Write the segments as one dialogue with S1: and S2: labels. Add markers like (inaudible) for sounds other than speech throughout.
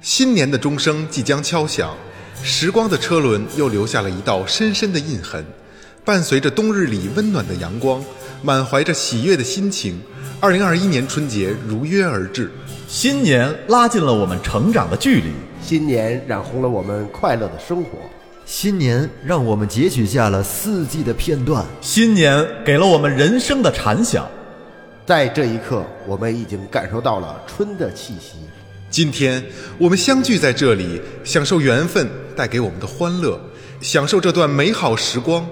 S1: 新年的钟声即将敲响，时光的车轮又留下了一道深深的印痕。伴随着冬日里温暖的阳光，满怀着喜悦的心情，二零二一年春节如约而至。
S2: 新年拉近了我们成长的距离，
S3: 新年染红了我们快乐的生活，
S4: 新年让我们截取下了四季的片段，
S2: 新年给了我们人生的禅想。
S3: 在这一刻，我们已经感受到了春的气息。
S1: 今天我们相聚在这里，享受缘分带给我们的欢乐，享受这段美好时光。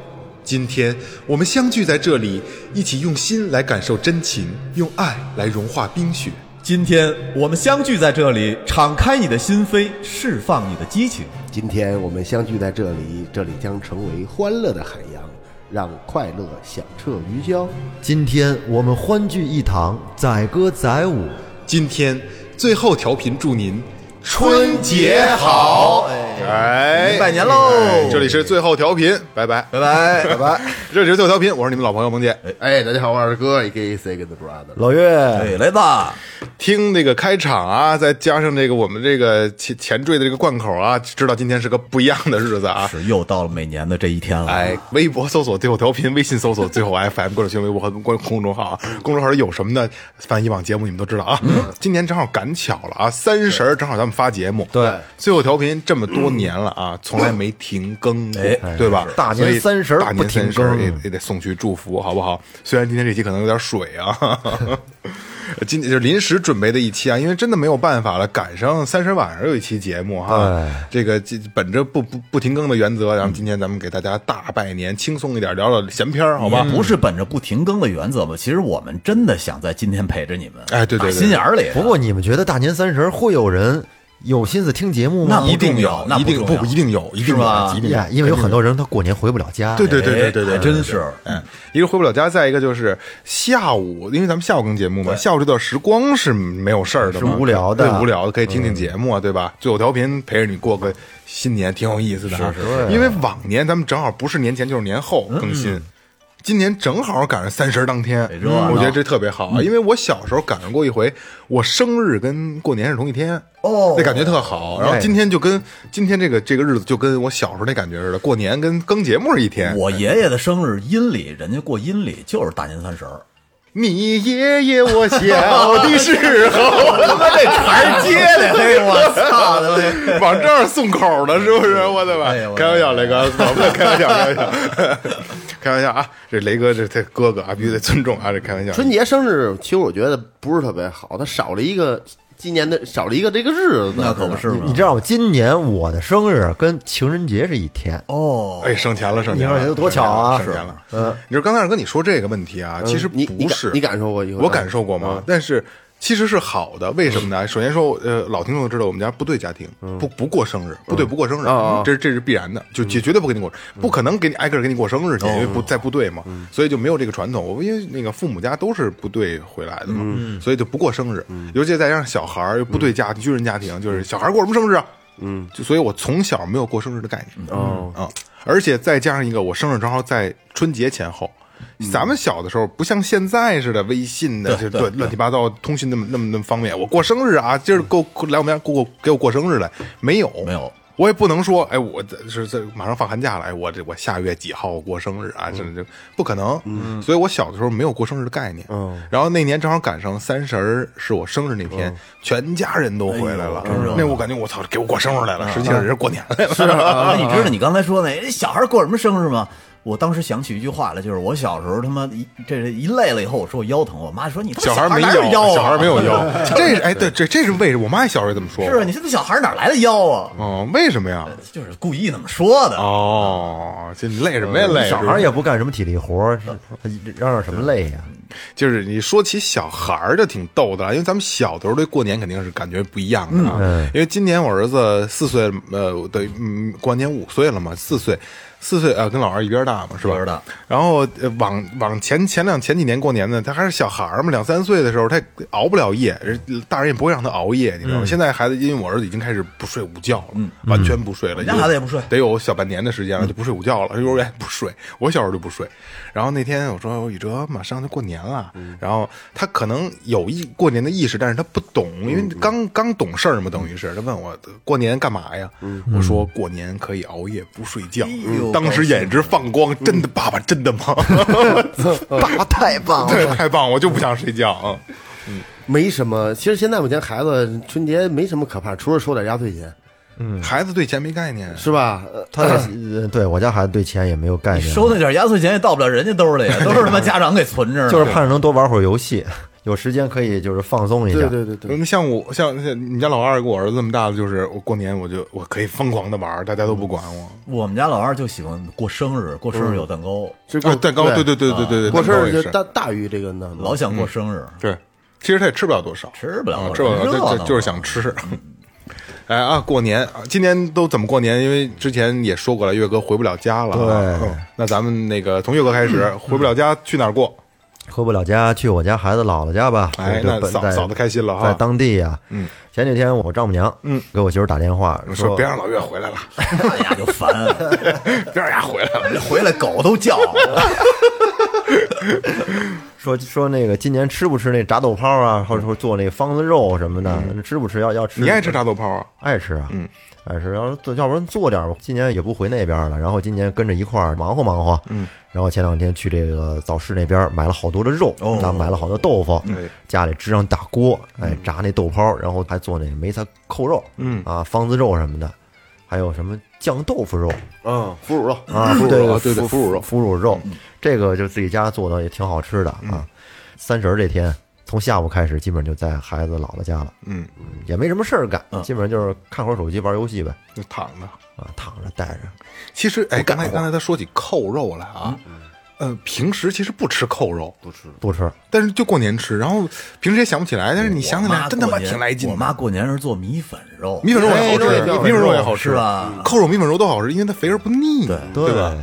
S1: 今天我们相聚在这里，一起用心来感受真情，用爱来融化冰雪。
S2: 今天我们相聚在这里，敞开你的心扉，释放你的激情。
S3: 今天我们相聚在这里，这里将成为欢乐的海洋，让快乐响彻云霄。
S4: 今天我们欢聚一堂，载歌载舞。
S1: 今天最后调频，祝您
S5: 春节好！
S1: 哎
S5: 拜年喽
S1: 哎这里是最后调频，拜拜。
S5: 拜拜拜拜！
S1: 这里是最后调频，我是你们老朋友萌姐。
S3: 哎，大家好，我是二哥，A.K.A. Second Brother。
S4: 老岳，
S2: 对，哎雷子，
S1: 听那个开场啊，再加上这个我们这个前前缀的这个贯口啊，知道今天是个不一样的日子啊。
S2: 是又到了每年的这一天了。
S1: 哎，微博搜索最后调频，微信搜索最
S4: (laughs)
S1: 后 FM，各种新浪微博和公公众号啊，公众号有什么呢？翻以往节目你们都知道啊。
S4: 嗯
S1: 今年正好赶巧了啊，三十儿正好咱们发节目，
S4: 对，
S1: 最后调频这么多年了啊，从来没停更过，对吧？
S4: 哎大年
S1: 所以
S4: 三十儿
S1: 大
S4: 不
S1: 年
S4: 停
S1: 三十儿哎
S4: 更
S1: 也也得送去祝福，好不好？虽然今天这期可能有点水啊。今就是临时准备的一期啊，因为真的没有办法了，赶上三十晚上有一期节目哈。这个这本着不不不停更的原则，然后今天咱们给大家大拜年，轻松一点，聊聊闲篇儿，好吧？
S2: 不是本着不停更的原则吧？其实我们真的想在今天陪着你们。
S1: 哎对对对
S2: 打心眼儿里。
S4: 不过你们觉得大年三十儿会有人有心思听节目吗
S2: 那？
S1: 一定有
S2: 不重要，那
S1: 一
S2: 不
S1: 定
S2: 重要
S1: 不一定有，一定
S2: 是
S1: 有，
S2: 吧
S1: 一定有
S4: 呀，。因为有很多人他过年回不了家。
S1: 对对对对对
S2: 哎
S1: 对，
S2: 还真是。
S1: 嗯，一个回不了家，再一个就是下午，因为咱们下午更节目嘛，下午这段时光是没有事儿的嘛，
S4: 是无聊的
S1: 对，无聊的可以听听节目啊，对吧？最后调频陪着你过个新年，挺有意思的啊。是是因为往年咱们正好不是年前就是年后更新。今年正好赶上三十当天
S2: 得，热闹
S1: 我觉得这特别好啊，因为我小时候赶上过一回，我生日跟过年是同一天，
S2: 哦
S1: 那感觉特好。然后今天就跟今天这个这个日子就跟我小时候那感觉似的，过年跟更节目是一天。
S2: 我爷爷的生日阴历，人家过阴历就是大年三十儿。
S1: 你爷爷，我小的时候，
S2: 他妈这台阶的，嘿，我操他妈！
S1: 往这儿送口呢，是不是？我的妈
S2: 哎呀！我
S1: 开玩笑，雷哥，我们开玩笑， (laughs) 开玩笑，开玩笑啊！这雷哥这这哥哥啊，必须得尊重啊！这开玩笑，
S5: 春节生日其实我觉得不是特别好，它少了一个今年的少了一个这个日子，
S2: 那可不是
S4: 你
S2: 吗？
S4: 知道吗？今年我的生日跟情人节是一天。
S2: 哦，
S1: 哎，省钱了，省钱
S4: 你
S1: 了，
S4: 说这多巧啊
S1: 省钱了。嗯，你说刚才二哥你说这个问题啊，其实
S5: 嗯你你
S1: 不
S5: 感
S1: 是，
S5: 你感受过一回
S1: 我感受过吗？但是其实是好的，为什么呢？首先说，呃，老听众都知道我们家部队家庭，不不过生日，部队不过生日
S5: 哦哦，
S1: 这是这是必然的，就绝绝对不给你过，不可能给你挨个儿给你过生日去，因为不在部队嘛，所以就没有这个传统。我因为那个父母家都是部队回来的嘛，所以就不过生日，尤其再加上小孩儿，部队家庭、军人家庭，就是小孩儿过什么生日啊？嗯，就所以我从小没有过生日的概念。
S5: 哦，
S1: 啊、而且再加上一个，我生日正好在春节前后。嗯咱们小的时候不像现在似的，微信的就乱乱七八糟通讯那么那么那么方便。我过生日啊，今儿给我来我们家给我给我过生日来，没有
S2: 没有，
S1: 我也不能说，哎，我这是这马上放寒假了，哎，我这我下月几号过生日啊？这这不可能。所以我小的时候没有过生日的概念。嗯，然后那年正好赶上三十儿是我生日那天，全家人都回来了。那我感觉我操，给我过生日来了，实际上人家过年来了。
S2: 那你知道你刚才说那哎小孩过什么生日吗？我当时想起一句话来，就是我小时候他妈一这这一累了以后，我说我腰疼，我妈说你他妈
S1: 小孩
S2: 孩
S1: 没
S2: 哪有
S1: 腰，
S2: 啊
S1: 小孩没有腰， (laughs)
S2: (laughs)
S1: 这是哎，对，这这是为什么？我妈也小时候这么说我。
S2: 是啊，你说这小孩哪来的腰啊？
S1: 哦，为什么呀？
S2: 就是故意那么说的。
S1: 啊哦，这你累什么呀？累
S4: 呃小
S1: 是吧
S4: 孩儿也不干什么体力活儿，是嚷嚷什么累呀？
S1: 就是你说起小孩儿的挺逗的啦，因为咱们小的时候对过年肯定是感觉不一样的啊。
S4: 嗯
S1: 因为今年我儿子四岁，呃，对，嗯，过完年五岁了嘛，四岁，四岁呃，跟老二一边大嘛，是吧？
S2: 一边大。
S1: 然后呃往往前前两前几年过年呢，他还是小孩儿嘛，两三岁的时候他也熬不了夜，人大人也不会让他熬夜，你知道
S4: 嗯
S1: 吗？现在孩子因为我儿子已经开始不睡午觉了，完全不睡了，
S2: 我们家孩子也不睡嗯
S1: 得有小半年的时哎间了，就不睡午觉了。幼儿园不睡，我小时候就不睡。然后那天我说宇哲，马上就过年了，啊，
S2: 嗯
S1: 然后他可能有意过年的意识，但是他不懂，
S2: 嗯
S1: 因为刚刚懂事儿嘛，等于是他问我呃过年干嘛呀？我说过年可以熬夜不睡觉，
S2: 嗯
S1: 嗯
S2: 哎呦嗯
S1: 当时眼直放光，真的爸爸真的
S2: (laughs)
S1: 吗？
S4: 爸爸太棒了，
S1: 对，太棒，我就不想睡觉啊。
S5: 没什么。其实现在我家孩子春节没什么可怕，除了收点压岁钱，
S1: 嗯，孩子对钱没概念，
S5: 是吧？呃
S4: 他的呃对我家孩子对钱也没有概念，
S2: 收那点压岁钱也到不了人家
S1: (laughs)
S2: 兜里，都是他妈家长给存着呢。
S4: 就是盼着能多玩会儿游戏， (laughs) 有时间可以就是放松一下。
S5: 对对对对，
S1: 嗯，像我像像你家老二跟我儿子这么大的，就是我过年我就我可以疯狂的玩，大家都不管我。
S2: 我们家老二就喜欢过生日，过生日有蛋糕，
S5: 这
S1: 啊，
S5: 过
S1: 蛋糕，对对对对对对，
S5: 过生
S1: 蛋
S5: 日
S1: 糕也嗯
S5: 就是大大于这个呢。
S2: 老想过生日，
S1: 对，其实他也吃不了多少，
S2: 吃不了
S1: 嗯啊
S2: 多少
S1: 吃不了多
S2: 热
S1: 少，
S2: 闹
S1: 就就是想吃。 (laughs) 哎啊，过年啊今年都怎么过年？因为之前也说过了，岳哥回不了家了啊。
S4: 对
S1: 嗯那咱们那个从岳哥开始，回不了家去哪儿过？
S4: 回不了家，去我家孩子姥姥家吧。
S1: 哎
S4: 嗯就
S1: 那
S4: 本
S1: 嫂
S4: 在
S1: 嫂子开啊心了哈
S4: 在当地呀。嗯，前几天我丈母娘嗯给我媳妇打电话
S1: 我
S4: 说
S1: 说别让老岳回来了， (laughs)
S2: 哎呀就烦，
S1: 别让他回
S2: (laughs)
S1: 来了。
S2: 回来狗都叫。
S1: (laughs)
S4: 说说那个今年吃不吃那炸豆泡啊，或者说做那个方子肉什么的，吃不吃？要要吃？
S1: 嗯你爱吃炸豆泡啊？
S4: 爱吃啊，嗯，爱吃。要是做，要不然做点吧。今年也不回那边了，然后今年跟着一块儿忙活忙活，嗯。然后前两天去这个早市那边买了好多的肉，
S2: 哦
S4: 咱买了好多豆腐，
S1: 哎
S4: 家里支上大锅，哎，炸那豆泡，然后还做那梅菜扣肉，
S1: 嗯
S4: 啊，方子肉什么的，还有什么酱豆腐肉
S5: 嗯，腐乳肉，
S4: 啊，
S1: 腐乳
S4: 对
S1: 肉对对
S4: 腐乳肉，腐乳肉，这个就自己家做的也挺好吃的啊。三十儿这天，从下午开始，基本就在孩子姥姥家了，
S1: 嗯，
S4: 也没什么事儿干，
S2: 嗯
S4: 基本上就是看会儿手机、玩游戏呗，
S1: 就躺着。
S4: 啊，躺着待着。
S1: 其实，哎，刚才刚才他说起扣肉来啊，呃，平时其实不吃扣肉，
S5: 不吃。
S4: 不吃，
S1: 但是就过年吃，然后平时也想不起来，但是你想起
S2: 我
S1: 来，
S2: 妈
S1: 真他妈
S2: 过年
S1: 挺来劲的。
S2: 我妈过年是做米粉肉，
S1: 米粉肉也好
S5: 哎
S1: 吃，
S5: 对
S1: 米粉肉也好
S2: 是
S1: 吃嗯
S2: 吧
S1: 扣肉、米粉肉都好吃，因为它肥而不腻，对
S4: 对
S1: 吧？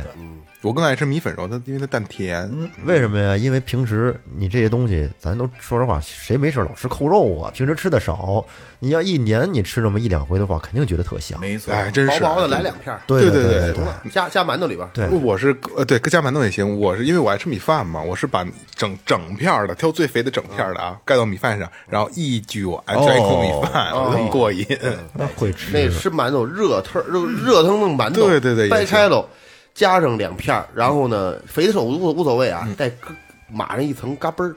S1: 我更爱吃米粉肉，它因为它淡甜。
S4: 为什么呀？因为平时你这些东西，咱都说实话，谁没事老吃扣肉啊？平时吃的少，你要一年你吃那么一两回的话，肯定觉得特香。
S2: 没错，
S1: 哎，真
S5: 薄
S1: 是
S5: 薄的来两片儿，嗯
S1: 对
S4: 对对
S1: 对
S4: 对，
S5: 加加馒头里边儿。
S4: 对
S1: 我是呃，对，搁加馒头也行。我是因为我爱吃米饭嘛，我是把整整片儿的挑最肥的整片儿的啊，盖到米饭上，然后一卷嚼一口米饭，我就过瘾。
S4: 那会吃。
S5: 那吃馒头热腾热热腾腾馒头，
S1: 对对对
S5: 掰开喽，加上两片儿，然后呢，肥的瘦无无所谓
S1: 嗯
S5: 啊，再搁码上一层嘎嘣儿，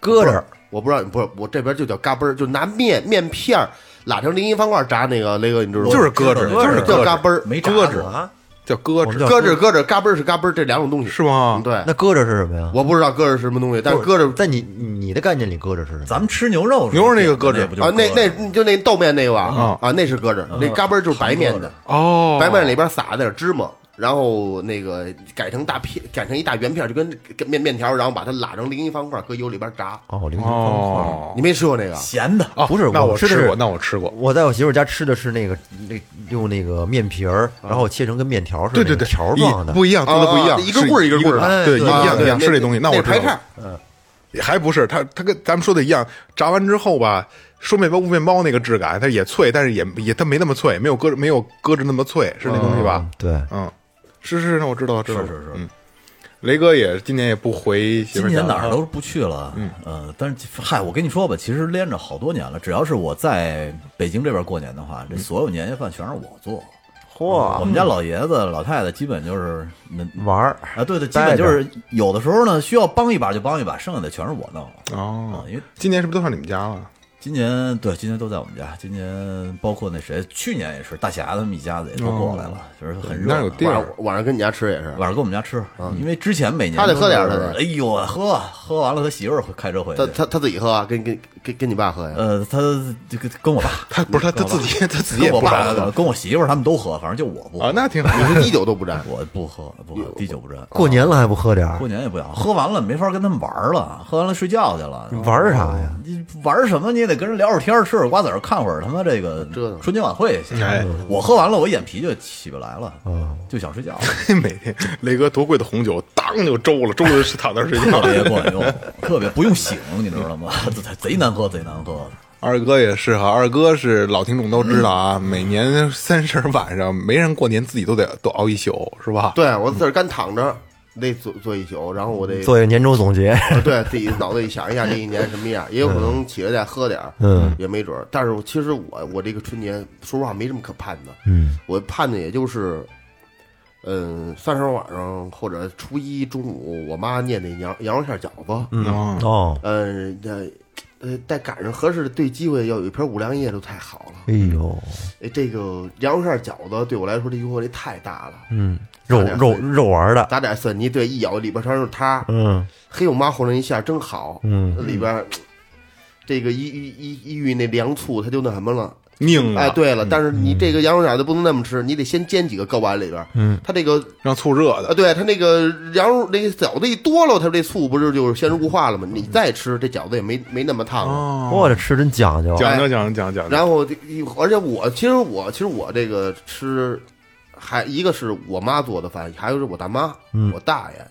S4: 搁这儿，
S5: 我不知道，不是我这边就叫嘎嘣儿，就拿面面片儿拉成菱形方块炸那个那个，你知道吗？
S1: 就是搁置，
S2: 我
S1: 就
S2: 知
S1: 是
S2: 道
S5: 叫
S1: 搁
S5: 嘎
S1: 置，
S5: 嘣儿，
S2: 没炸
S1: 搁置
S2: 过
S4: 啊，
S1: 叫搁
S4: 我
S1: 置
S4: 们，叫
S5: 搁置搁置嘎嘣儿是嘎嘣儿这两种东西
S1: 是吗
S5: 嗯？对，
S4: 那搁着是什么呀？
S5: 我不知道搁置是什么东西，但是搁置
S4: 在你你的概念里，搁着是什么？
S2: 咱们吃牛肉时
S1: 牛
S2: 候，
S1: 肉那个搁置
S2: 那不就
S5: 啊，那
S2: 搁置
S5: 那那就那豆面那个啊
S1: 啊
S5: 啊，那是搁置，那嘎嘣儿就是白面的，
S1: 哦，
S5: 白面里边撒了点芝麻，然后那个改成大片，改成一大圆片，就跟跟面面条，然后把它拉成菱形方块，搁油里边炸。
S4: 哦，零食方块。
S1: 哦
S5: 你没吃过那个？
S2: 咸的，
S1: 哦
S4: 不是
S1: 那
S4: 我
S1: 我
S4: 吃的
S1: 吃
S4: 是
S1: 过，那我吃过。
S4: 我在我媳妇家吃的是那个那用那个面皮儿，然后切成跟面条似的，
S1: 对对对，
S4: 条
S1: 一
S4: 状的，
S1: 不一样，做的不一样，
S5: 啊一个棍儿
S1: 是
S5: 一个棍儿
S4: 的
S1: 对，一
S5: 啊
S1: 样
S5: 对
S1: 一样
S5: 那
S1: 是这东西。那
S5: 那
S1: 我
S5: 是
S1: 知道
S5: 排叉
S1: 了，还不是它，它跟咱们说的一样，炸完之后吧，说面包不面包那个质感，它也脆，但是也也它没那么脆，没有搁没有搁着那么脆，是那东西吧
S4: 嗯？对，
S1: 嗯，是是，那我知道，知道
S2: 是是是
S1: 嗯，雷哥也今年也不回媳妇儿
S2: 今
S1: 家，
S2: 年哪儿都不去了，嗯，呃，但是嗨，我跟你说吧，其实连着好多年了，只要是我在北京这边过年的话，
S1: 嗯
S2: 这所有年夜饭全是我做。
S4: 嚯
S2: 我们家老爷子、老太太基本就是那
S4: 玩儿
S2: 啊，对对，基
S4: 待
S2: 本
S4: 着
S2: 就是有的时候呢需要帮一把就帮一把，剩下的全是我弄。啊
S1: 哦
S2: 因为，
S1: 今年是不是都上你们家了？
S2: 今年对，今年都在我们家，今年包括那谁，去年也是大侠他们一家子也都过来了，就是很热
S1: 那有
S2: 闹。
S1: 地
S5: 晚
S1: 儿
S5: 上晚上跟你家吃也是，
S2: 晚上跟我们家吃，因为之前每年
S5: 他得
S2: 都
S5: 喝点儿
S2: 是
S5: 他得
S2: 哎呦，喝喝完了，他媳妇儿会开车回去
S5: 他。他他自己喝啊，跟跟跟跟你爸喝呀。
S2: 呃，他就跟跟我爸，
S1: 他不是他他自己他自己也
S2: 跟我
S1: 不
S2: 爸
S1: 上了
S2: 跟我媳妇儿他们都喝，反正就我不
S1: 啊，
S2: 喝，，
S1: 那挺好。 (laughs)
S5: 你是滴酒都不沾
S2: 我不喝，不喝滴酒不沾。
S4: 过年了还不喝点儿
S2: 过，年也不想喝完了，没法跟他们玩儿了，喝完了睡觉去了。
S4: 玩儿啥呀？
S2: 你玩儿什么？你也得跟人聊会儿天儿，吃会儿瓜子儿，看会儿他妈这个
S5: 折腾
S2: 春节晚会去
S1: 哎。嗯
S2: 我喝完了，我眼皮就起不来了，就想睡觉，
S1: 每天雷哥多贵的红酒，当就周了，周了是躺那儿睡
S2: 特
S1: 觉。
S2: 别管用，特别不用醒，你知道吗？ (laughs) 贼难喝，贼难喝。
S1: 二哥也是哈，二哥是老听众都知道啊，每年三十晚上没人过年，自己都得都熬一宿，是吧？
S5: 对我自个儿干躺着，得做做一宿，然后我得
S4: 做一个年终总结，
S5: 对自己脑子一想一下这一年什么样，也有可能起来再喝点儿，
S4: 嗯，
S5: 也没准儿。但是其实我我这个春节说实话没什么可盼的，
S4: 嗯，
S5: 我盼的也就是，嗯，三十晚上或者初一中午，我妈念那羊羊肉馅儿饺子，嗯，
S1: 嗯，
S4: 哦，
S5: 嗯，那呃，再赶上合适的对机会，要有一瓶五粮液就太好了。
S4: 哎呦，
S5: 哎，这个羊肉馅儿饺子对我来说这诱惑力太大了，
S4: 嗯，肉肉肉丸的，
S5: 打点蒜泥，对，一咬里边全是汤儿，
S4: 嗯
S5: 嘿，我妈和了一下真好，
S4: 嗯，
S5: 里边儿这个一一一一遇那凉醋，它就那什么了。
S1: 拧
S5: 哎，
S1: 了，
S5: 对了，但是你这个羊肉饺子不能那么吃，你得先煎几个搁碗里边。嗯，它这个
S1: 让醋热
S5: 啊，
S1: 的，
S5: 对它那个羊肉那饺子一多了，它这醋不是就是先入固化了吗？你再吃这饺子也没没那么烫啊了。
S4: 我这吃真讲究，
S1: 哦
S4: 啊
S1: 讲究讲究讲究讲究，
S5: 呃哦哎然后这，而且我其实我其实我这个吃，还一个是我妈做的饭，还有是我大妈，我大爷，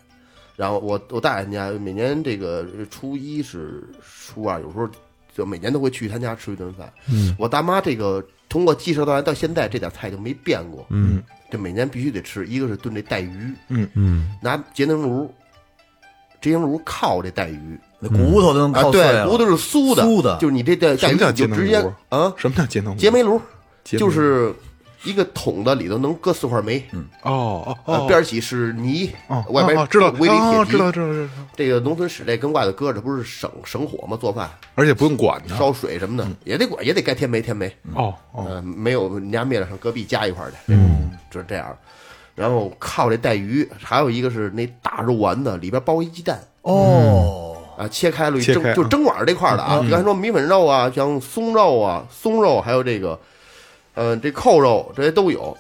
S5: 然后我我大爷家每年这个初一是初二，有时候就每年都会去他家吃一顿饭。嗯，我大妈这个从我记事到来到现在，这点菜就没变过。嗯，这每年必须得吃，一个是炖这带鱼，
S4: 嗯，
S5: 拿节能炉，节能炉烤这带鱼
S2: 那骨头都能
S5: 啊
S2: 烤，碎
S5: 对，
S2: 了，
S5: 骨头是酥的，
S2: 酥的
S5: 就是你这带带
S1: 什
S5: 鱼
S1: 么叫
S5: 你
S1: 节
S5: 就
S1: 能
S5: 直接
S1: 炉
S5: 啊，
S1: 什么叫节能？
S5: 结煤炉，
S1: 节
S5: 就
S1: 能
S5: 是一个桶子里头能搁四块煤，
S1: 哦哦
S5: 呃
S1: 哦，
S5: 边儿起是泥，
S1: 哦
S5: 外边
S1: 哦知道
S5: 围了一
S1: 哦
S5: 铁皮。
S1: 知道知道知道，
S5: 这个农村室内跟外头搁着，不是省省火吗？做饭、
S1: 而且不用管它。
S5: 烧水什么的也得管，也得该添煤添煤。
S1: 哦嗯哦，
S5: 呃，没有你家灭了，上隔壁加一块儿去，嗯，就是这样。然后靠这带鱼，还有一个是那大肉丸子，里边包一鸡蛋，
S2: 哦，
S5: 啊，切开了一
S1: 切
S5: 蒸
S1: 开，
S5: 就
S1: 嗯
S5: 蒸碗儿这块儿的啊。你刚才说米粉肉啊，像松肉啊、松肉，还有这个，嗯，这扣肉这些都有。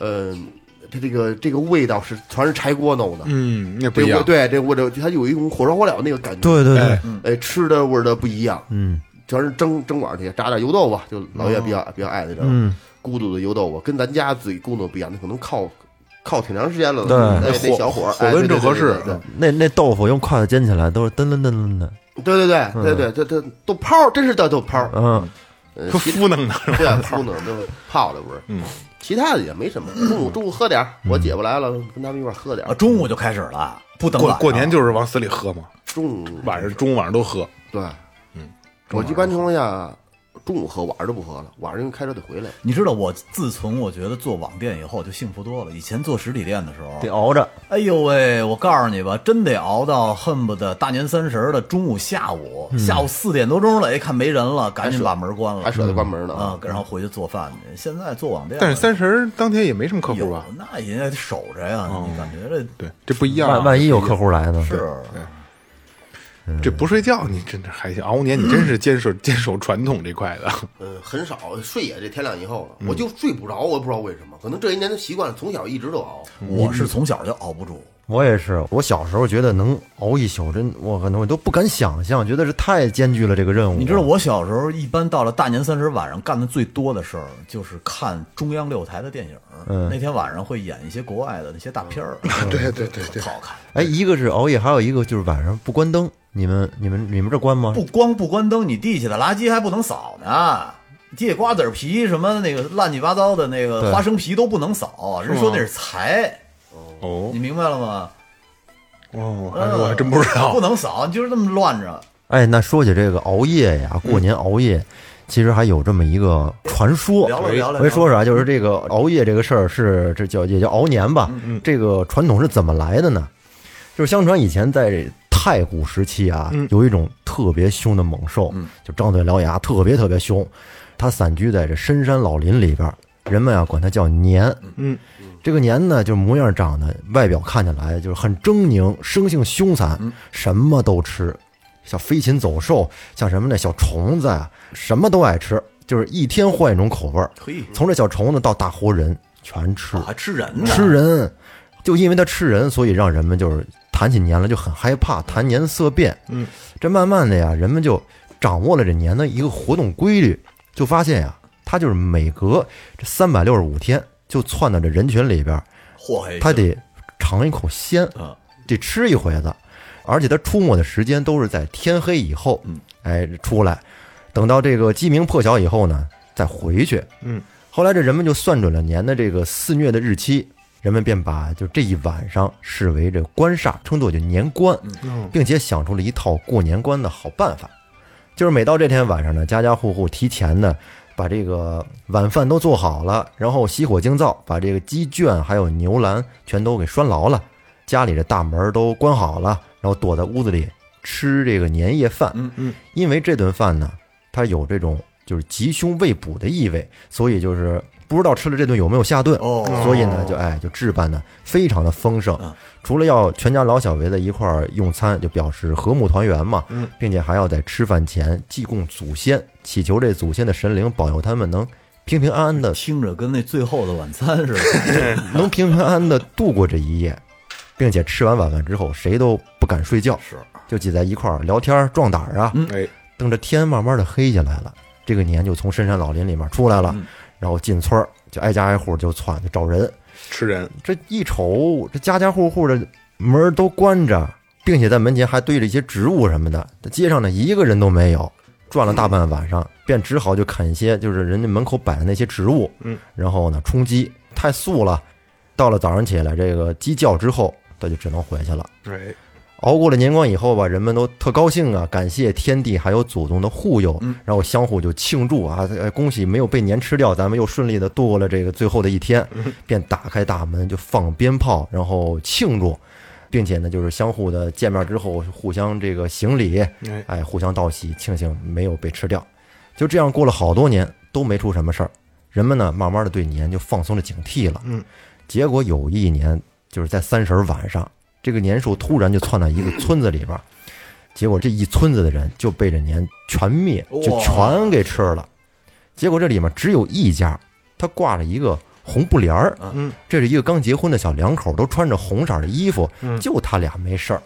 S5: 嗯，它这个这个味道是全是柴锅弄的，
S1: 嗯，那不
S5: 这
S1: 一
S5: 味
S1: 样。
S5: 对这味道，它有一种火烧火燎那个感觉。
S4: 对对对
S1: 哎，
S5: 哎，吃的味儿的不一样，
S4: 嗯
S5: 全是蒸蒸碗儿去，炸点油豆腐，就老岳比
S1: 哦
S5: 较比较爱的这种
S4: 嗯，
S5: 咕嘟的油豆腐，跟咱家自己咕嘟不一样，那可能靠靠挺长时间了，
S4: 对
S5: 哎
S1: 火
S5: 那小火儿
S1: 火
S5: 哎
S1: 温
S5: 对
S1: 正合
S5: 对对
S1: 适
S5: 对对对
S4: 那那豆腐用筷子煎起来都是噔噔噔噔的，嗯
S1: 嗯
S5: 对对对对对，这这豆泡儿真是叫豆泡儿，
S4: 嗯
S5: 呃
S1: 说
S5: 其
S1: 敷弄的，
S5: 对啊，不能都泡的不是，
S1: 嗯，
S5: 其他的也没什么。中午中午喝点儿，我姐夫来了，跟他们一块儿喝点
S2: 啊，
S5: 儿。
S2: 中午就开始了，不等
S1: 过
S2: 晚上
S1: 过年就是往死里喝嘛，
S5: 中午
S1: 晚上中午晚上都喝。
S5: 对，嗯，我一般情况下中午喝，晚上就不喝了，晚上因为开车得回来。
S2: 你知道我自从我觉得做网店以后就幸福多了。以前做实体店的时候，
S4: 得熬着，
S2: 哎呦喂，我告诉你吧，真得熬到恨不得大年三十的中午、下午，下午四点多钟了，一看没人了，赶紧把门关了，
S5: 还舍得关门呢
S2: 啊、然后回去做饭去。现在做网店，
S1: 但是三啊十儿当天也没什么客
S2: 有
S1: 户
S5: 哎
S1: 吧？
S2: 那也得守着呀，你感觉这
S1: 对，这不一样啊。
S4: 万万一有客户来呢，
S2: 是
S1: 这不睡觉，你真的还行。熬年你真是坚守坚守传统这块的。
S5: 嗯，很少睡也这天亮以后了，我就睡不着，我也不知道为什么，可能这一年的习惯，从小一直都熬。
S2: 我是从小就熬不住，
S4: 我也是，我小时候觉得能熬一宿，真我可能我都不敢想象，觉得是太艰巨了这个任务。
S2: 你知道，我小时候一般到了大年三十晚上干的最多的事儿，就是看中央六台的电影。嗯、那天晚上会演一些国外的那些大片儿，对对对对，好看。
S4: 哎，一个是熬夜，还有一个就是晚上不关灯。你们、你们、你们这关吗？
S2: 不光不关灯，你地下的垃圾还不能扫呢。地下瓜子皮什么那个乱七八糟的那个
S4: 对
S2: 花生皮都不能扫，人说那是财，
S1: 哦
S2: 你明白了吗？嗯
S1: 哦，还是我还真不知道
S2: 不。能扫，你就是这么乱着。
S4: 哎，那说起这个熬夜呀，过年熬夜，其实还有这么一个传说。
S2: 聊了聊了嗯
S4: 我跟说说啊，就是这个熬夜这个事儿是这叫也叫熬年吧？
S2: 嗯
S4: 这个传统是怎么来的呢？就是相传以前在太古时期啊，
S2: 嗯
S4: 有一种特别凶的猛兽，就张嘴獠牙，特别特别凶。它散居在这深山老林里边儿，人们啊管它叫年。
S1: 嗯，
S4: 这个年呢，就是模样长得，外表看起来就是很狰狞，生性凶残，什么都吃，像飞禽走兽，像什么呢，小虫子啊，什么都爱吃，就是一天换一种口味儿，
S2: 嘿，
S4: 从这小虫子到大活人全吃，
S2: 还吃人呢，
S4: 吃人，就因为它吃人，所以让人们就是谈起年来就很害怕，谈年色变。
S1: 嗯，
S4: 这慢慢的呀，人们就掌握了这年的一个活动规律，就发现呀，它就是每隔这三百六十五天就窜到这人群里边儿，
S2: 嚯嘿，
S4: 它得尝一口鲜，
S2: 嗯
S4: 得吃一回子，而且它出没的时间都是在天黑以后，哎出来，等到这个鸡鸣破晓以后呢，再回去。
S1: 嗯，
S4: 后来这人们就算准了年的这个肆虐的日期，人们便把就这一晚上视为这官煞，称作就年关，
S1: 嗯
S4: 并且想出了一套过年关的好办法，就是每到这天晚上呢，家家户户提前呢把这个晚饭都做好了，然后熄火惊灶，把这个鸡圈还有牛栏全都给拴牢了，家里的大门都关好了，然后躲在屋子里吃这个年夜饭。
S2: 嗯嗯，
S4: 因为这顿饭呢，它有这种就是吉凶未卜的意味，所以就是不知道吃了这顿有没有下顿，
S2: 哦嗯
S4: 所以呢，就哎就置办的非常的丰盛。除了要全家老小围在一块儿用餐，就表示和睦团圆嘛，
S2: 嗯
S4: 并且还要在吃饭前祭供祖先，祈求这祖先的神灵保佑他们能平平安
S2: (laughs)
S4: 安的
S2: 听着跟那最后的晚餐似的。
S4: 能平平安安的度过这一夜，并且吃完晚饭之后，谁都不敢睡觉，
S2: 是嗯
S4: 就挤在一块儿聊天儿壮胆儿啊。
S1: 哎，
S4: 等着天慢慢的黑下来了，这个年就从深山老林里面出来了，
S2: 嗯
S4: 然后进村儿就挨家挨户就窜就找人，
S1: 吃人，
S4: 这一瞅，这家家户户的门儿都关着，并且在门前还堆着一些植物什么的，这街上呢一个人都没有。转了大半晚上，便只好就砍一些，就是人家门口摆的那些植物，
S1: 嗯，
S4: 然后呢充饥，太素了。到了早上起来，这个鸡叫之后，他就只能回去了。
S1: 哎，
S4: 熬过了年关以后吧，人们都特高兴啊，感谢天地还有祖宗的护佑，然后相互就庆祝啊，哎恭喜没有被年吃掉，咱们又顺利的度过了这个最后的一天，便打开大门就放鞭炮，然后庆祝，并且呢就是相互的见面之后互相这个行礼，
S1: 哎
S4: 哎，互相道喜，庆幸没有被吃掉。就这样过了好多年都没出什么事儿，人们呢慢慢的对年就放松了警惕了，
S1: 嗯，
S4: 结果有一年就是在三十儿晚上。这个年兽突然就窜到一个村子里边儿，结果这一村子的人就被这年全灭，就
S2: 哇
S4: 全给吃了。结果这里面只有一家，他挂着一个红布帘儿，
S1: 嗯，
S4: 这是一个刚结婚的小两口，都穿着红色的衣服，
S2: 嗯
S4: 就他俩没事儿。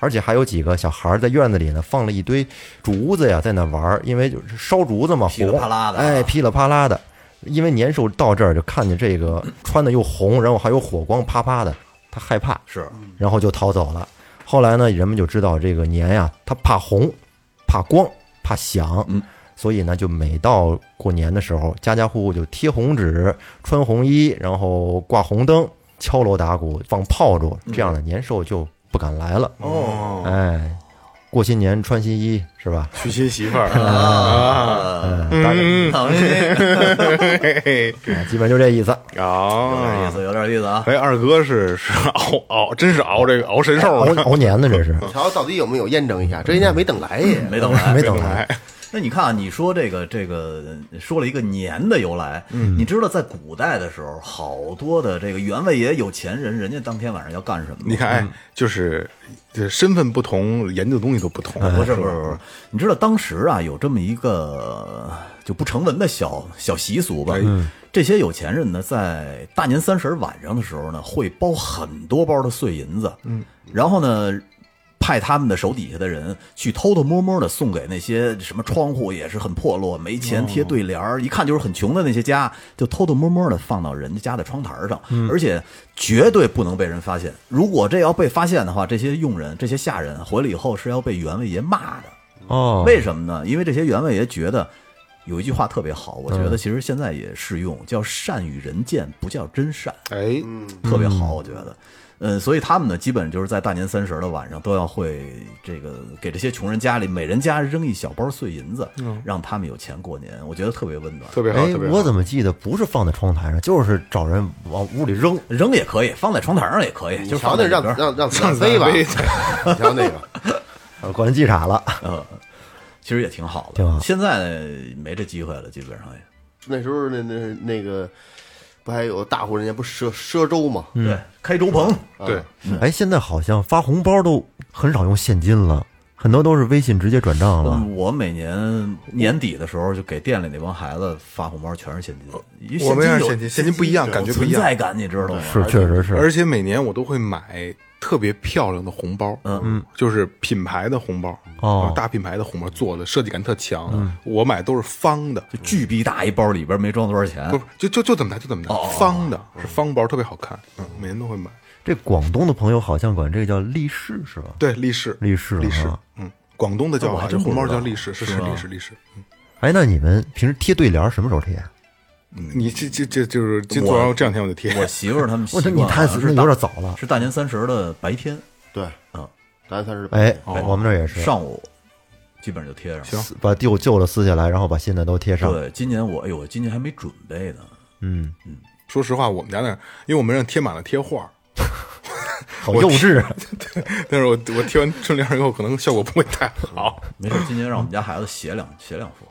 S4: 而且还有几个小孩儿在院子里呢，放了一堆竹子呀，在那玩儿，因为就是烧竹子嘛，
S2: 噼里啪啦的啊
S4: 红哎，噼里啪啦的。因为年兽到这儿就看见这个穿的又红，然后还有火光啪啪的，他害怕，
S2: 是，
S4: 然后就逃走了。后来呢，人们就知道这个年呀，它怕红，怕光，怕响，
S2: 嗯
S4: 所以呢，就每到过年的时候，家家户户就贴红纸、穿红衣，然后挂红灯、敲锣打鼓、放炮竹，这样的年兽就不敢来了。
S1: 哦，
S4: 哎，过新年穿新衣是吧？
S1: 娶新媳妇儿啊，
S4: 嗯，大概
S1: 嗯，
S2: 好有
S1: 嘿嘿嘿，
S4: 哎基本就这意思。
S2: 点意
S1: 啊，
S2: 思，有点意思
S1: (laughs)
S2: 啊。
S1: 哎，二哥是是熬 (laughs) 熬，真是熬这个熬神兽
S4: 哎熬 (laughs)
S1: 了，
S4: 熬年呢，这是
S5: 瞧到底有没有验证一下？这人家没等来也，
S2: 没等来
S4: 没，等来。
S2: 那你看啊，你说这个这个说了一个年的由来，嗯，你知道在古代的时候，好多的这个原味爷有钱人，人家当天晚上要干什么吗？
S1: 你看，哎，就是这身份不同，研究的东西都不同，
S2: 啊不是不是不是，你知道当时啊有这么一个就不成文的小小习俗吧？这些有钱人呢，在大年三十晚上的时候呢，会包很多包的碎银子，嗯，然后呢。派他们的手底下的人去偷偷摸摸的送给那些什么窗户也是很破落、没钱贴对联儿一看就是很穷的那些家，就偷偷摸摸的放到人家家的窗台上，而且绝对不能被人发现。如果这要被发现的话，这些佣人、这些下人回来以后是要被袁位爷骂的。
S4: 哦
S2: 为什么呢？因为这些袁位爷觉得有一句话特别好，我觉得其实现在也适用，叫“善与人见，不叫真善
S1: 哎，”，
S2: 特别好，我觉得。嗯，所以他们呢，基本就是在大年三十的晚上都要会这个给这些穷人家里每人家扔一小包碎银子，
S1: 嗯
S2: 让他们有钱过年，我觉得特别温暖。
S1: 特别好，
S4: 哎
S1: 特别，好
S4: 我怎么记得不是放在窗台上，就是找人往屋里扔。
S2: 扔也可以，放在床台上也可以，
S5: 你
S2: 就是
S5: 嗯瞧
S2: 放
S1: (laughs)
S5: 那
S2: 在
S5: 让
S2: 里边
S5: 让让子弹飞吧，
S1: 飞
S5: 你 (laughs) 瞧那个，
S4: 呃管人记傻了。
S2: 呃其实也挺好的。
S4: 挺好
S2: 现在没这机会了，基本上也。
S5: 那时候那那那个不还有大户人家不赊赊粥吗？
S1: 嗯
S5: 啊
S2: 对，开粥棚，
S1: 对，
S4: 哎，现在好像发红包都很少用现金了，很多都是微信直接转账了。
S2: 嗯我每年年底的时候就给店里那帮孩子发红包，全是现金。因为
S1: 我们也是
S2: 有
S1: 现金现金不一样
S2: 有
S1: 感觉不一样
S2: 存在感你知道吗？
S4: 是，确实是。
S1: 而且每年我都会买特别漂亮的红包，嗯嗯，就是品牌的红包，
S4: 哦
S1: 大品牌的红包做的设计感特强，啊
S2: 嗯
S1: 我买都是方的，
S2: 就巨逼大一包，里边没装多少钱
S1: 不。是就就就怎么大就怎么大
S2: 哦哦，哦
S1: 方的是方包，特别好看，嗯，每年都会买。
S4: 这广东的朋友好像管这个叫立式是吧？
S1: 对，立式，
S4: 立式
S1: 立式
S4: 啊，
S1: 嗯，广东的叫
S2: 哦我
S1: 法，
S2: 还
S1: 这
S2: 真不
S1: 红包
S2: 知道
S1: 叫立式，是是立式，立式。
S4: 哎，那你们平时贴对联儿什么时候贴？
S1: 你这这这就是今做完这两天我就贴，
S2: 嗯我媳妇儿他们习
S4: 我操，
S2: 惯
S4: 你太
S2: 啊
S4: 死
S2: 是
S4: 那有
S2: 大
S4: 点早了。
S2: 是大年三十的白天
S5: 对，嗯
S2: 啊，
S5: 大年三十，
S4: 哎，
S1: 哦
S4: 我们这儿也是，
S2: 上午基本上就贴上了。
S1: 行
S4: 把旧旧的撕下来，然后把新的都贴上。
S2: 对，今年我哎呦，我今年还没准备呢，
S4: 嗯，
S1: 说实话，我们家那儿，因为我们让贴满了贴画，
S4: 好幼稚啊。
S1: (laughs) 但是我我贴完春联以后，可能效果不会太好。
S2: (laughs) 没事，今年让我们家孩子写两写两幅。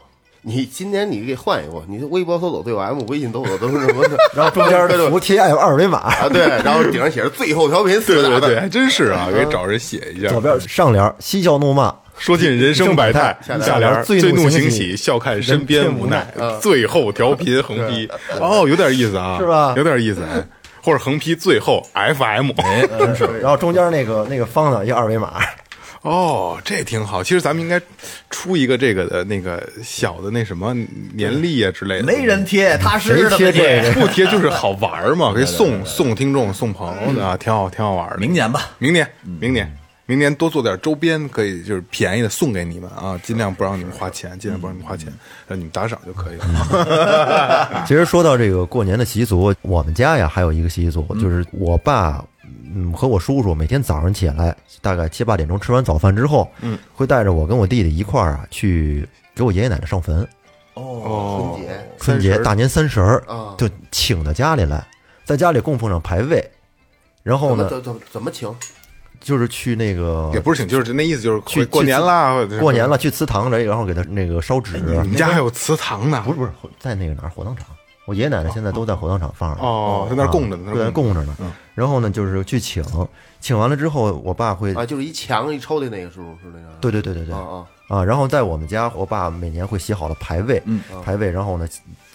S5: 你今年你给换一个，你微博搜索对我 M，微信搜索都是什么
S4: (laughs)
S5: 的
S4: 然后中间
S5: 对对
S4: 的图贴二维码，
S5: 啊？对，然后顶上写着最后调频四
S1: 对对
S5: 个大字
S1: 对，，还真是啊，给找人写一下。
S4: 左边上联嬉笑怒骂，
S1: 说尽人生百态，
S5: 下联
S1: 下联
S4: 最
S1: 最怒
S4: 怒
S1: 行
S4: 行
S1: 喜，
S4: 喜
S1: 笑看身边无奈，最后调频横批。哦，有点意思啊，
S4: 是吧
S1: 有点意思，哎或者横批最后 FM。
S2: 哎，真是
S4: (laughs) 然后中间那个那个方的一二维码，
S1: 哦，这挺好。其实咱们应该出一个这个的那个小的那什么年历啊之类的。
S2: 没人嗯贴，踏实
S4: 谁
S2: 的
S4: 贴这个？
S1: 不贴就是好玩儿嘛，可以送送听众、送朋友的啊，挺好，挺好玩儿的。
S2: 明年吧，
S1: 明年，
S4: 嗯
S1: 明年，明年多做点周边，可以就是便宜的送给你们啊，尽量不让你们花
S4: 嗯
S1: 钱，尽量不让你们花钱，让你们打赏就可以了。
S4: 其实说到这个过年的习俗，我们家呀还有一个习俗，就是我爸。嗯，和我叔叔每天早上起来，大概七八点钟吃完早饭之后，嗯，会带着我跟我弟弟一块儿啊，去给我爷爷奶奶上坟。
S1: 哦
S5: 春节
S4: 春节大年三十儿
S5: 啊
S4: 就请到家里来，在家里供奉上牌位，然后
S5: 怎么
S4: 呢，
S5: 怎怎怎么请？
S4: 就是去那个
S1: (laughs) 也不是请，就是那意思就是
S4: 去
S1: 过年啦，或者是哎
S4: 过年了，去祠堂里，然后给他那个烧纸。
S1: 你们家还有祠堂呢
S4: 不？是不是，在那个哪儿火葬场，我爷爷奶奶现在都在火葬场放着呢。
S1: 哦，在那儿供着呢，在
S4: 对，
S1: 那儿着。
S4: 供着呢。
S2: 嗯
S4: 然后呢，就是去请，请完了之后，我爸会，
S2: 哎
S5: 啊，就是一墙一抽的那个，是不是那个？
S4: 对对对对对
S5: 啊，
S2: 哦
S5: 啊，
S4: 啊，然后在我们家，我爸每年会写好了牌位，
S2: 嗯
S4: 牌位，然后呢，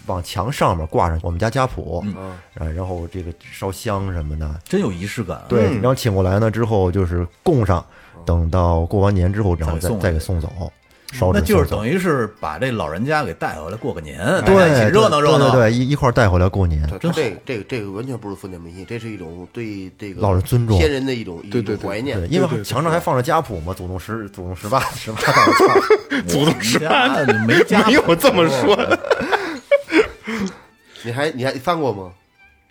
S4: 往墙上面挂上我们家家谱，
S2: 嗯
S4: 啊，然后这个烧香什么的，
S2: 真有仪式感。，啊
S4: 对，然后请过来呢之后就是供上，等到过完年之后，然后
S2: 哦再
S4: 再
S2: 送嗯
S4: 再给送走，烧
S2: 那
S4: 纸
S2: 就是
S4: 送走
S2: 等于是把这老人家给带回来过个年，大家
S4: 哎对
S2: 一起热闹
S4: 对
S2: 热闹。
S4: 对对，一一块儿带回来过年，
S5: 对，他这个这个这个完全不是封建迷信，这是一种对这个
S4: 老人尊重
S5: 先人的一种一
S1: 对对
S5: 种
S1: 对
S5: 怀念
S4: 对，。因为墙上还放着家谱嘛，祖宗十祖宗十八十 (laughs) 八道菜。
S1: 祖宗十八
S2: 我们家
S1: (laughs)
S2: 没家谱
S1: 没有这么说的。
S5: 你还你还翻过吗？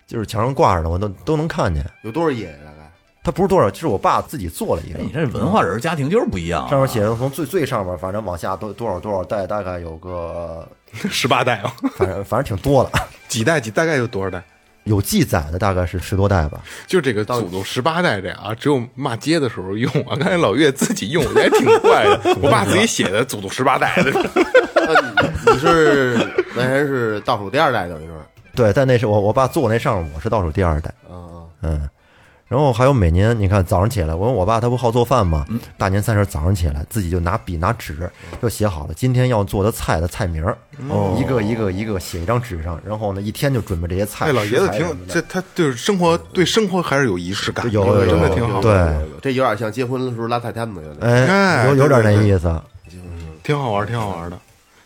S4: 就是墙上挂着的，我都都能看见。
S5: 有多少页呀？大概
S4: (laughs) 它不是多少，就是我爸自己做了一
S2: 哎
S4: 个，
S2: 你这文化人家庭就是不一样啊，
S4: 上面写的从最最上面，反正往下都多少多少代，大概有个，
S1: (laughs) 十八代啊，
S4: 反正反正挺多了，
S1: 几代几大概有多少代？
S4: 有记载的大概是十多代吧。
S1: 就这个祖宗十八代这啊，只有骂街的时候用啊。刚才老岳自己用，我觉得还挺怪
S4: (laughs)
S1: 的。我爸自己写的祖宗十八代的，
S5: 啊那你你是那还是倒数第二代，等于是
S4: 对，但那是我我爸做那上面，我是倒数第二代，
S5: 啊
S4: 嗯。然后还有每年，你看早上起来，我问我爸他不好做饭吗？大年三十早上起来，自己就拿笔拿纸，就写好了今天要做的菜的菜名儿，一个一个一个写一张纸上，然后呢一天就准备这些菜。
S1: 哎，老爷子
S4: 食材
S1: 挺
S4: 什
S1: 有
S4: 么的嗯
S1: 这，他就是生活对生活还是有仪式感，
S4: 有
S5: 哦
S4: 有有
S1: 真的挺好，
S4: 对
S5: 有有有这有点像结婚的时候拉菜单子，有点
S4: 哎，有有点那意思。
S1: 挺好玩，挺好玩的。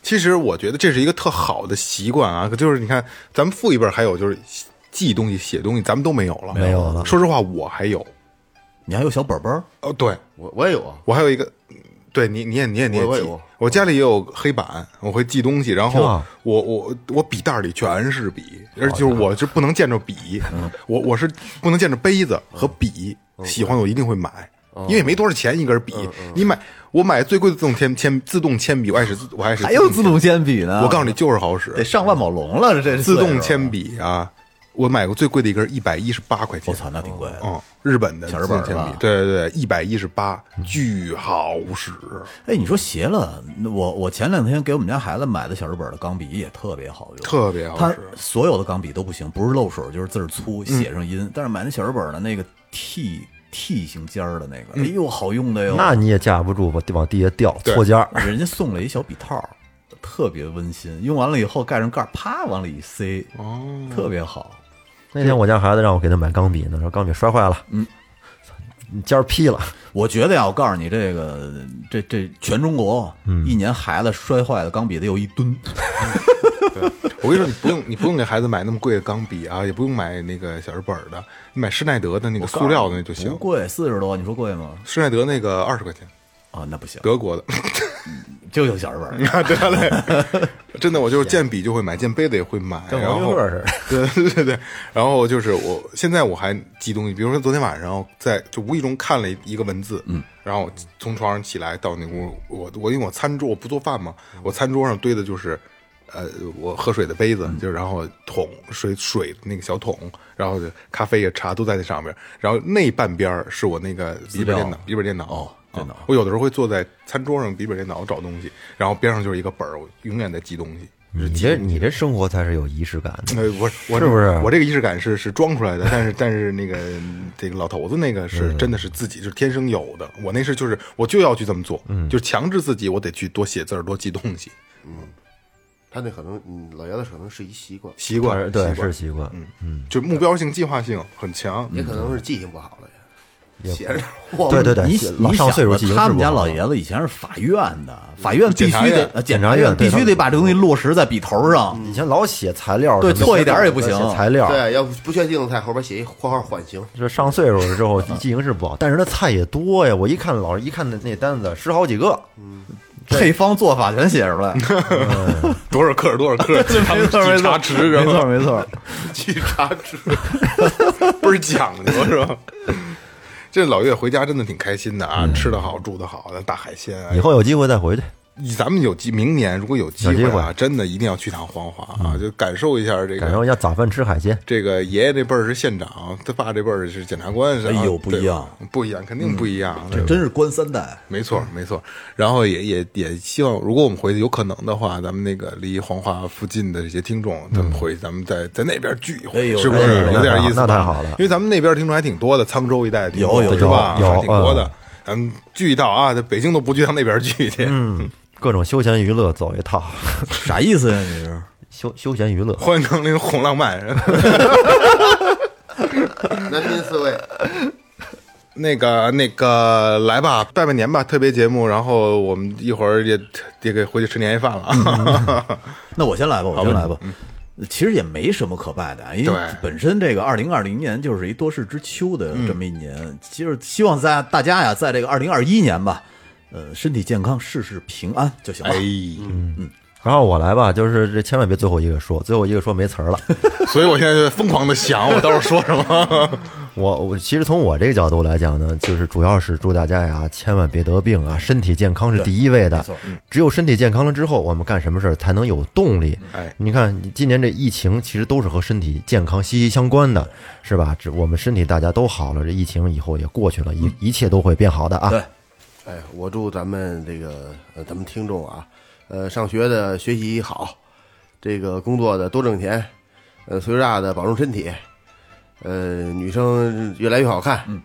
S1: 其实我觉得这是一个特好的习惯啊，就是你看咱们父一辈儿还有就是记东西、写东西，咱们都没有了，
S4: 没有了
S1: 说实话，我还有，
S2: 你还有小本本儿，
S1: 哦，对
S5: 我我也有啊，
S1: 我还有一个，嗯对你你也你也你也
S5: 我
S1: 记
S5: 有，
S1: 我家里也有黑板，我会记东西，然
S4: 挺
S1: 后
S4: 好
S1: 我我我笔袋里全是笔，而就是我就不能见着笔，
S2: 嗯
S1: 我我是不能见着杯子和笔，喜欢的我一定会买。
S2: 嗯
S1: 因为没多少钱一根笔，你买我买最贵的自动铅铅自动铅笔，我爱使我爱使
S2: 还有自动铅笔呢。
S1: 我告诉你，就是好使
S2: 得，啊上万宝龙了，这这
S1: 自动铅
S2: 笔，
S1: 笔啊，我买过最贵的一根一百一十八块钱
S2: 我，操，那挺贵的。
S1: 嗯，日本的
S2: 小
S1: 自
S2: 日
S1: 动
S2: 本儿
S1: 铅笔
S2: 吧，
S1: 对对对，一百一十八，巨好使，
S2: 哎，你说邪了，我我前两天给我们家孩子买的小日本的钢笔也特别好用，
S1: 特别好
S2: 它
S1: 使。嗯
S2: 所有的钢笔都不行，不是漏水就是字儿粗，写上音。但是买那小日本的那个 T T 型尖儿的那
S1: 嗯
S2: 个，哎呦，好用的哟。
S4: 那你也架不住吧，往地下掉，
S1: 对
S4: 错尖儿。
S2: 人家送了一小笔套儿，特别温馨。用完了以后盖上盖儿，啪往里一塞，
S1: 哦，
S2: 特别好。
S4: 那天我家孩子让我给他买钢笔呢，说钢笔摔坏了，嗯，尖儿劈了，
S2: 我觉得呀，我告诉你，这个这这全中国，一年孩子摔坏的钢笔得有一吨。
S1: 我跟你说，你不用你不用给孩子买那么贵的钢笔啊，也不用买那个小日本儿的，你买施耐德的那个塑料的那就
S2: 不
S1: 行。
S2: 贵，四十多，你说贵吗？
S1: 施耐德那个二十块钱， (laughs)
S2: 啊，那不行，
S1: 德国的，
S2: 就有小日本儿。
S4: (laughs)
S1: 得嘞，真的，我就是见笔就会买，见杯子也会买，
S4: 跟
S1: 哎然
S4: 王
S1: 后
S4: 俊赫似的。
S1: (laughs) 对对对对，然后就是我现在我还记东西，比如说昨天晚上我在就无意中看了一个文字，嗯，然后我从床上起来到那屋，我我因为我餐桌我不做饭嘛，我餐桌上堆的就是，呃，我喝水的杯子，就是然后桶水水那个小桶，然后就咖啡也茶都在那上面，然后那半边儿是我那个笔记本电脑，笔记本电脑哦。电脑、我有的时候会坐在餐桌上，笔记本电脑找东西，然后边上就是一个本儿，我永远在记东西。就是
S4: 你
S1: 记
S4: 这你这生活才是有仪式感的。
S1: 呃，我我
S4: 是不啊是
S1: 我这个仪式感是是装出来的？但是但是那个这个老头子那个
S4: 嗯
S1: 是真的是自己就是天生有的。我那是就是我就要去这么做，
S4: 嗯
S1: 就是强制自己，我得去多写字儿，多记东西，
S5: 他那可能，嗯，老爷子可能是一习惯，
S1: 习惯
S4: 对
S1: 习惯嗯
S4: 是习惯，
S1: 就目标性、计划性很强。
S5: 也可能是记性不好了也。写着 (laughs)
S4: 对对对，
S2: 你
S4: 老
S2: 你
S4: 上岁数记
S2: 想
S4: 性
S2: 吧他
S4: 是不
S2: 们家
S4: 好
S2: 老爷子以前是法院的，法院必须得呃
S4: 检
S2: 检
S4: 察
S2: 察
S4: 院嗯
S2: 院必
S4: 对
S2: 须得把这东西落实在笔头上。
S4: 以前老写材料什么
S2: 对
S4: 的，
S2: 错一点儿也不行
S4: 写材料，
S5: 对，要不不确定在后边写一括号缓刑，
S4: 这上岁数了之后
S1: 嗯
S4: 记性是不好，但是那菜也多呀。我一看老师一看那那单子十好几个，
S2: 配方做法全写出来，
S1: 多少克多少
S4: (laughs)
S1: 克，
S2: 没错没错，
S1: 去
S2: 没
S1: 查值
S2: 错
S1: 是吧？
S2: 没错，
S5: 去查纸。
S1: 倍儿讲究是吧？ (laughs) 这老岳回家真的挺开心的啊，吃得好，住得好，那大海鲜啊，
S4: 以嗯后有机会再回去。
S1: 咱们有机明年如果有机会
S4: 有机
S1: 啊，
S4: 会嗯
S1: 真的一定要去趟黄骅啊，就感受一下这
S4: 赶
S1: 个
S4: 上要早饭吃海鲜，
S1: 这个爷爷这辈儿是县长，他爸这辈儿是检察官，是吧
S2: 哎呦不一样，嗯
S1: 对不一样，肯定不一样。对
S2: 这真是官三代。
S1: 没错，没错。然后也也也希望，如果我们回去有可能的话，咱们那个离黄骅附近的这些听众，咱们回去，咱们在在那边聚一
S2: 哎
S1: 回，
S2: 呦
S1: 是不
S2: 哎
S1: 是
S2: 呦
S1: 有点意思？
S4: 那太好了
S1: 因为咱们那边听众还挺多的，沧州一带的听众
S2: 有有
S1: 是吧？
S4: 有
S1: 还挺多
S4: 嗯
S1: 的，咱们聚一道啊，在北京都不聚，到那边聚去。
S4: 嗯，各种休闲娱乐走一套，
S2: 啥意思呀？你是
S4: 休休闲娱乐。
S1: 欢迎光临红浪漫。
S5: 南京四位，
S1: 那个那个，来吧，拜拜年吧，特别节目，然后我们一会儿也也给回去吃年夜饭了啊。
S2: 那我先来吧，我先来吧。其实也没什么可拜的啊，因为
S1: 对
S2: 本身这个二零二零年就是一多事之秋的这么一年，就是希望在大家呀，在这个二零二一年吧，呃，身体健康，事事平安就行了。
S1: 哎， (laughs)
S4: 然后我来吧，就是这千万别最后一个说，最后一个说没词儿
S1: (laughs)
S4: 了。
S1: 所以我现在就疯狂的想，我待会儿说什么。
S4: 我我其实从我这个角度来讲呢，就是主要是祝大家呀，千万别得病啊，身体健康是第一位的。只有身体健康了之后，我们干什么事儿才能有动力？
S1: 哎，
S4: 你看你今年这疫情，其实都是和身体健康息息相关的，是吧？只我们身体大家都好了，这疫情以后也过去了，一一切都会变好的啊。
S2: 对，
S5: 哎，我祝咱们这个呃咱们听众啊，呃，上学的学习好，这个工作的多挣钱，呃，岁数大的保重身体，呃，女生越来越好看，嗯，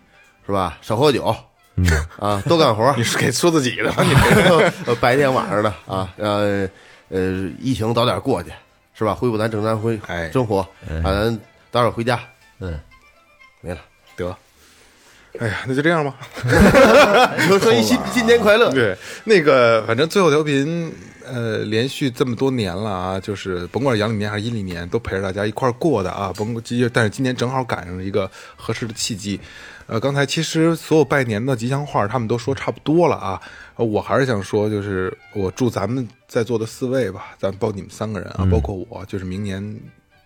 S5: 是吧？少喝酒，嗯啊，多干活儿
S1: (laughs) 你，是给说自己的吗？你
S5: (laughs) 呃白天晚上的啊，呃呃，疫情早点过去，是吧？恢复咱正常恢
S1: 哎
S5: 生活，啊，咱早点回家，
S4: 嗯，
S5: 没了。
S1: (laughs) 得，哎呀，那就这样吧。
S5: 说说一新新年快乐，
S1: 对，那个反正最后调频，呃，连续这么多年了啊，就是甭管是阳历年还是阴历年，都陪着大家一块儿过的啊。甭，但是今年正好赶上了一个合适的契机。呃，刚才其实所有拜年的吉祥话他们都说差不多了啊，呃我还是想说，就是我祝咱们在座的四位吧，咱包你们三个人啊，包括我，就是明年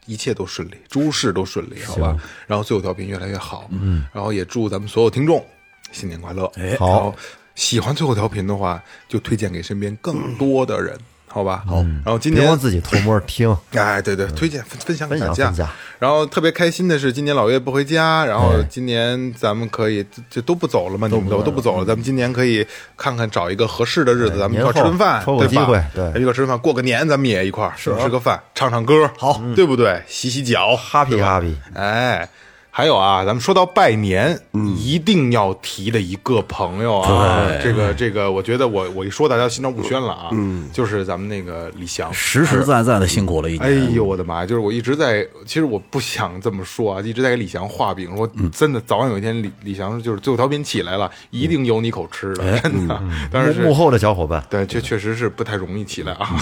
S1: 一切都顺利，诸事都顺利，好吧？然后最后调频越来越好，嗯，然后也祝咱们所有听众新年快乐，
S2: 哎
S1: 好。然后喜欢最后调频的话，就推荐给身边更多的人，好吧？好。然后今
S4: 嗯别
S1: 年
S4: 光自己偷摸听，
S1: 哎，对对，推荐分分享给
S4: 分享
S1: 大家
S4: 分享。
S1: 然后特别开心的是，今年老岳不回家，然后
S4: 哎
S1: 今年咱们可以就就都不走了嘛，你们都都不走
S4: 嗯
S1: 了，咱们今年可以看看找一个合适的日子，咱们一块儿吃顿饭，
S4: 年后抽个
S1: 对吧
S4: 机会对
S1: 一块儿吃顿饭，过个年，咱们也一块儿吃个饭，唱唱歌，好，对不对？洗洗脚
S4: ，happy
S1: 对吧
S4: happy。
S1: 哎，还有啊，咱们说到拜年，
S4: 嗯
S1: 一定要提的一个朋友啊，这个这个，我觉得我我一说大家心照不宣了啊，嗯，就是咱们那个李翔。
S2: 实实在在的辛苦了一
S1: 哎
S2: 年。
S1: 呦我的妈呀！就是我一直在，其实我不想这么说啊，一直在给李翔画饼，说
S4: 嗯
S1: 真的，早晚有一天李李翔就是最后调频起来了，一定有你口吃的，真的。 (laughs) 但是
S4: 哎嗯幕幕后的小伙伴，
S1: 对，确确实是不太容易起来啊，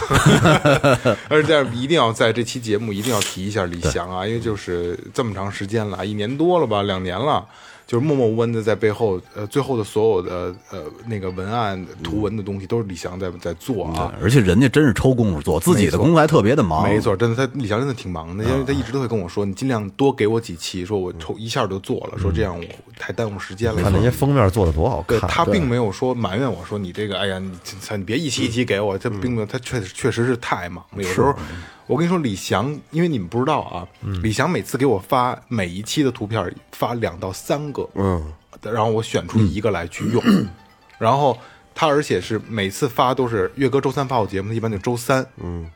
S1: (laughs) 而且一定要在这期节目一定要提一下李翔啊，因为就是这么长时间了，一年多了吧，两年了，就是默默无闻的在背后，呃，最后的所有的呃那个文案图文的东西都是李翔在在做啊。
S2: 而且人家真是抽功夫做，自己的工作还特别的忙，
S1: 没错，真的，他李翔真的挺忙的，因为他一直都会跟我说，你尽量多给我几期，说我抽一下就做了，说这样我太耽误时间了。
S4: 看那些封面做的多好
S1: 对
S4: 看，
S1: 他并没有说埋怨我说你这个，哎呀，你操你别一期一期给我，这并没有，他确实确实是太忙了。有时候我跟你说，李翔，因为你们不知道啊，李翔每次给我发每一期的图片发两到三个，嗯，然后我选出一个来去用，然后他而且是每次发都是岳哥周三发我节目，他一般就周三，嗯，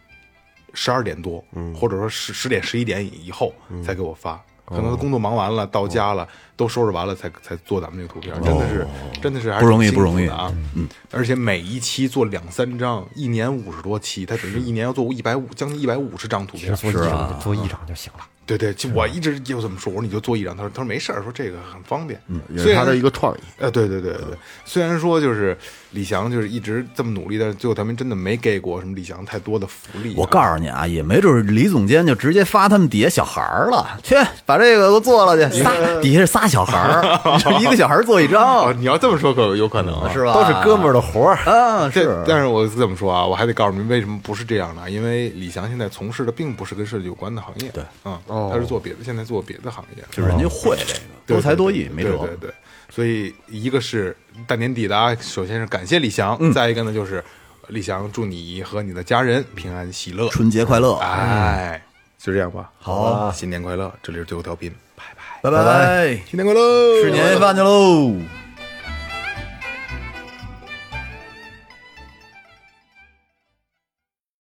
S1: 十二点多，嗯，或者说十十点十一点以后才给我发。可能他工作忙完了，到家了，都收拾完了，才才做咱们这个图片，真的是，真的是还是
S2: 不容易
S1: 挺辛苦
S2: 不容易
S1: 的啊！嗯，而且每一期做两三张，一年五十多期，他等于一年要做一百五，将近一百五十张图
S4: 其
S1: 片
S4: 实。做一场做一场就行了。
S1: 对对，就我一直就这么说，我说你就做一张，他说他说没事儿，说这个很方便。嗯，
S5: 也
S1: 虽
S5: 是
S1: 然
S5: 他的一个创意。
S1: 呃，对对对对对，虽然说就是李翔就是一直这么努力，但是最后他们真的没给过什么李翔太多的福利啊。
S2: 我告诉你啊，也没准李总监就直接发他们底下小孩儿了，去把这个给我做了去，仨底下是仨小孩儿，
S1: (laughs)
S2: 就一个小孩儿做一
S1: 啊，
S2: 张，
S1: 你要这么说可有可能啊
S2: 嗯是吧？
S4: 都是哥们儿的活儿，
S2: 啊，
S1: 这
S2: 是，
S1: 但是我这么说啊，我还得告诉你们为什么不是这样的，啊因为李翔现在从事的并不是跟设计有关的行业，对，嗯，他是做别的，现在做别的行业，
S2: 就是人家会这个，
S1: 对
S2: 多才多艺，
S1: 对
S2: 没
S1: 对
S2: 辙。
S1: 对对，所以一个是大年底的啊，首先是感谢李翔，
S2: 嗯
S1: 再一个呢就是李翔祝你和你的家人平安喜乐，
S2: 春节快乐，
S1: 哎，就这样吧，
S2: 好啊
S1: 新年快乐，这里是最后调频，拜拜，
S2: 拜拜，
S1: 新年快乐，
S2: 吃年夜饭去喽。